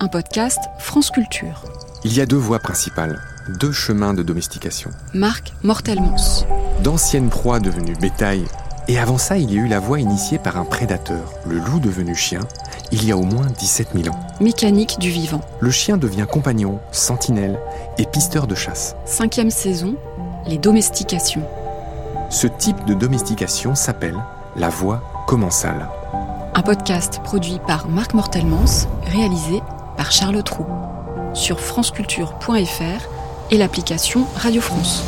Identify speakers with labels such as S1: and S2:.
S1: un podcast France Culture.
S2: Il y a deux voies principales, deux chemins de domestication.
S1: Marc Mortelmans.
S2: D'anciennes proies devenues bétail, et avant ça, il y a eu la voie initiée par un prédateur, le loup devenu chien, il y a au moins 17 000 ans.
S1: Mécanique du vivant.
S2: Le chien devient compagnon, sentinelle et pisteur de chasse.
S1: Cinquième saison, les domestications.
S2: Ce type de domestication s'appelle la voie commensale.
S1: Un podcast produit par Marc Mortelmans, réalisé par Charles Trou. Sur franceculture.fr et l'application Radio France.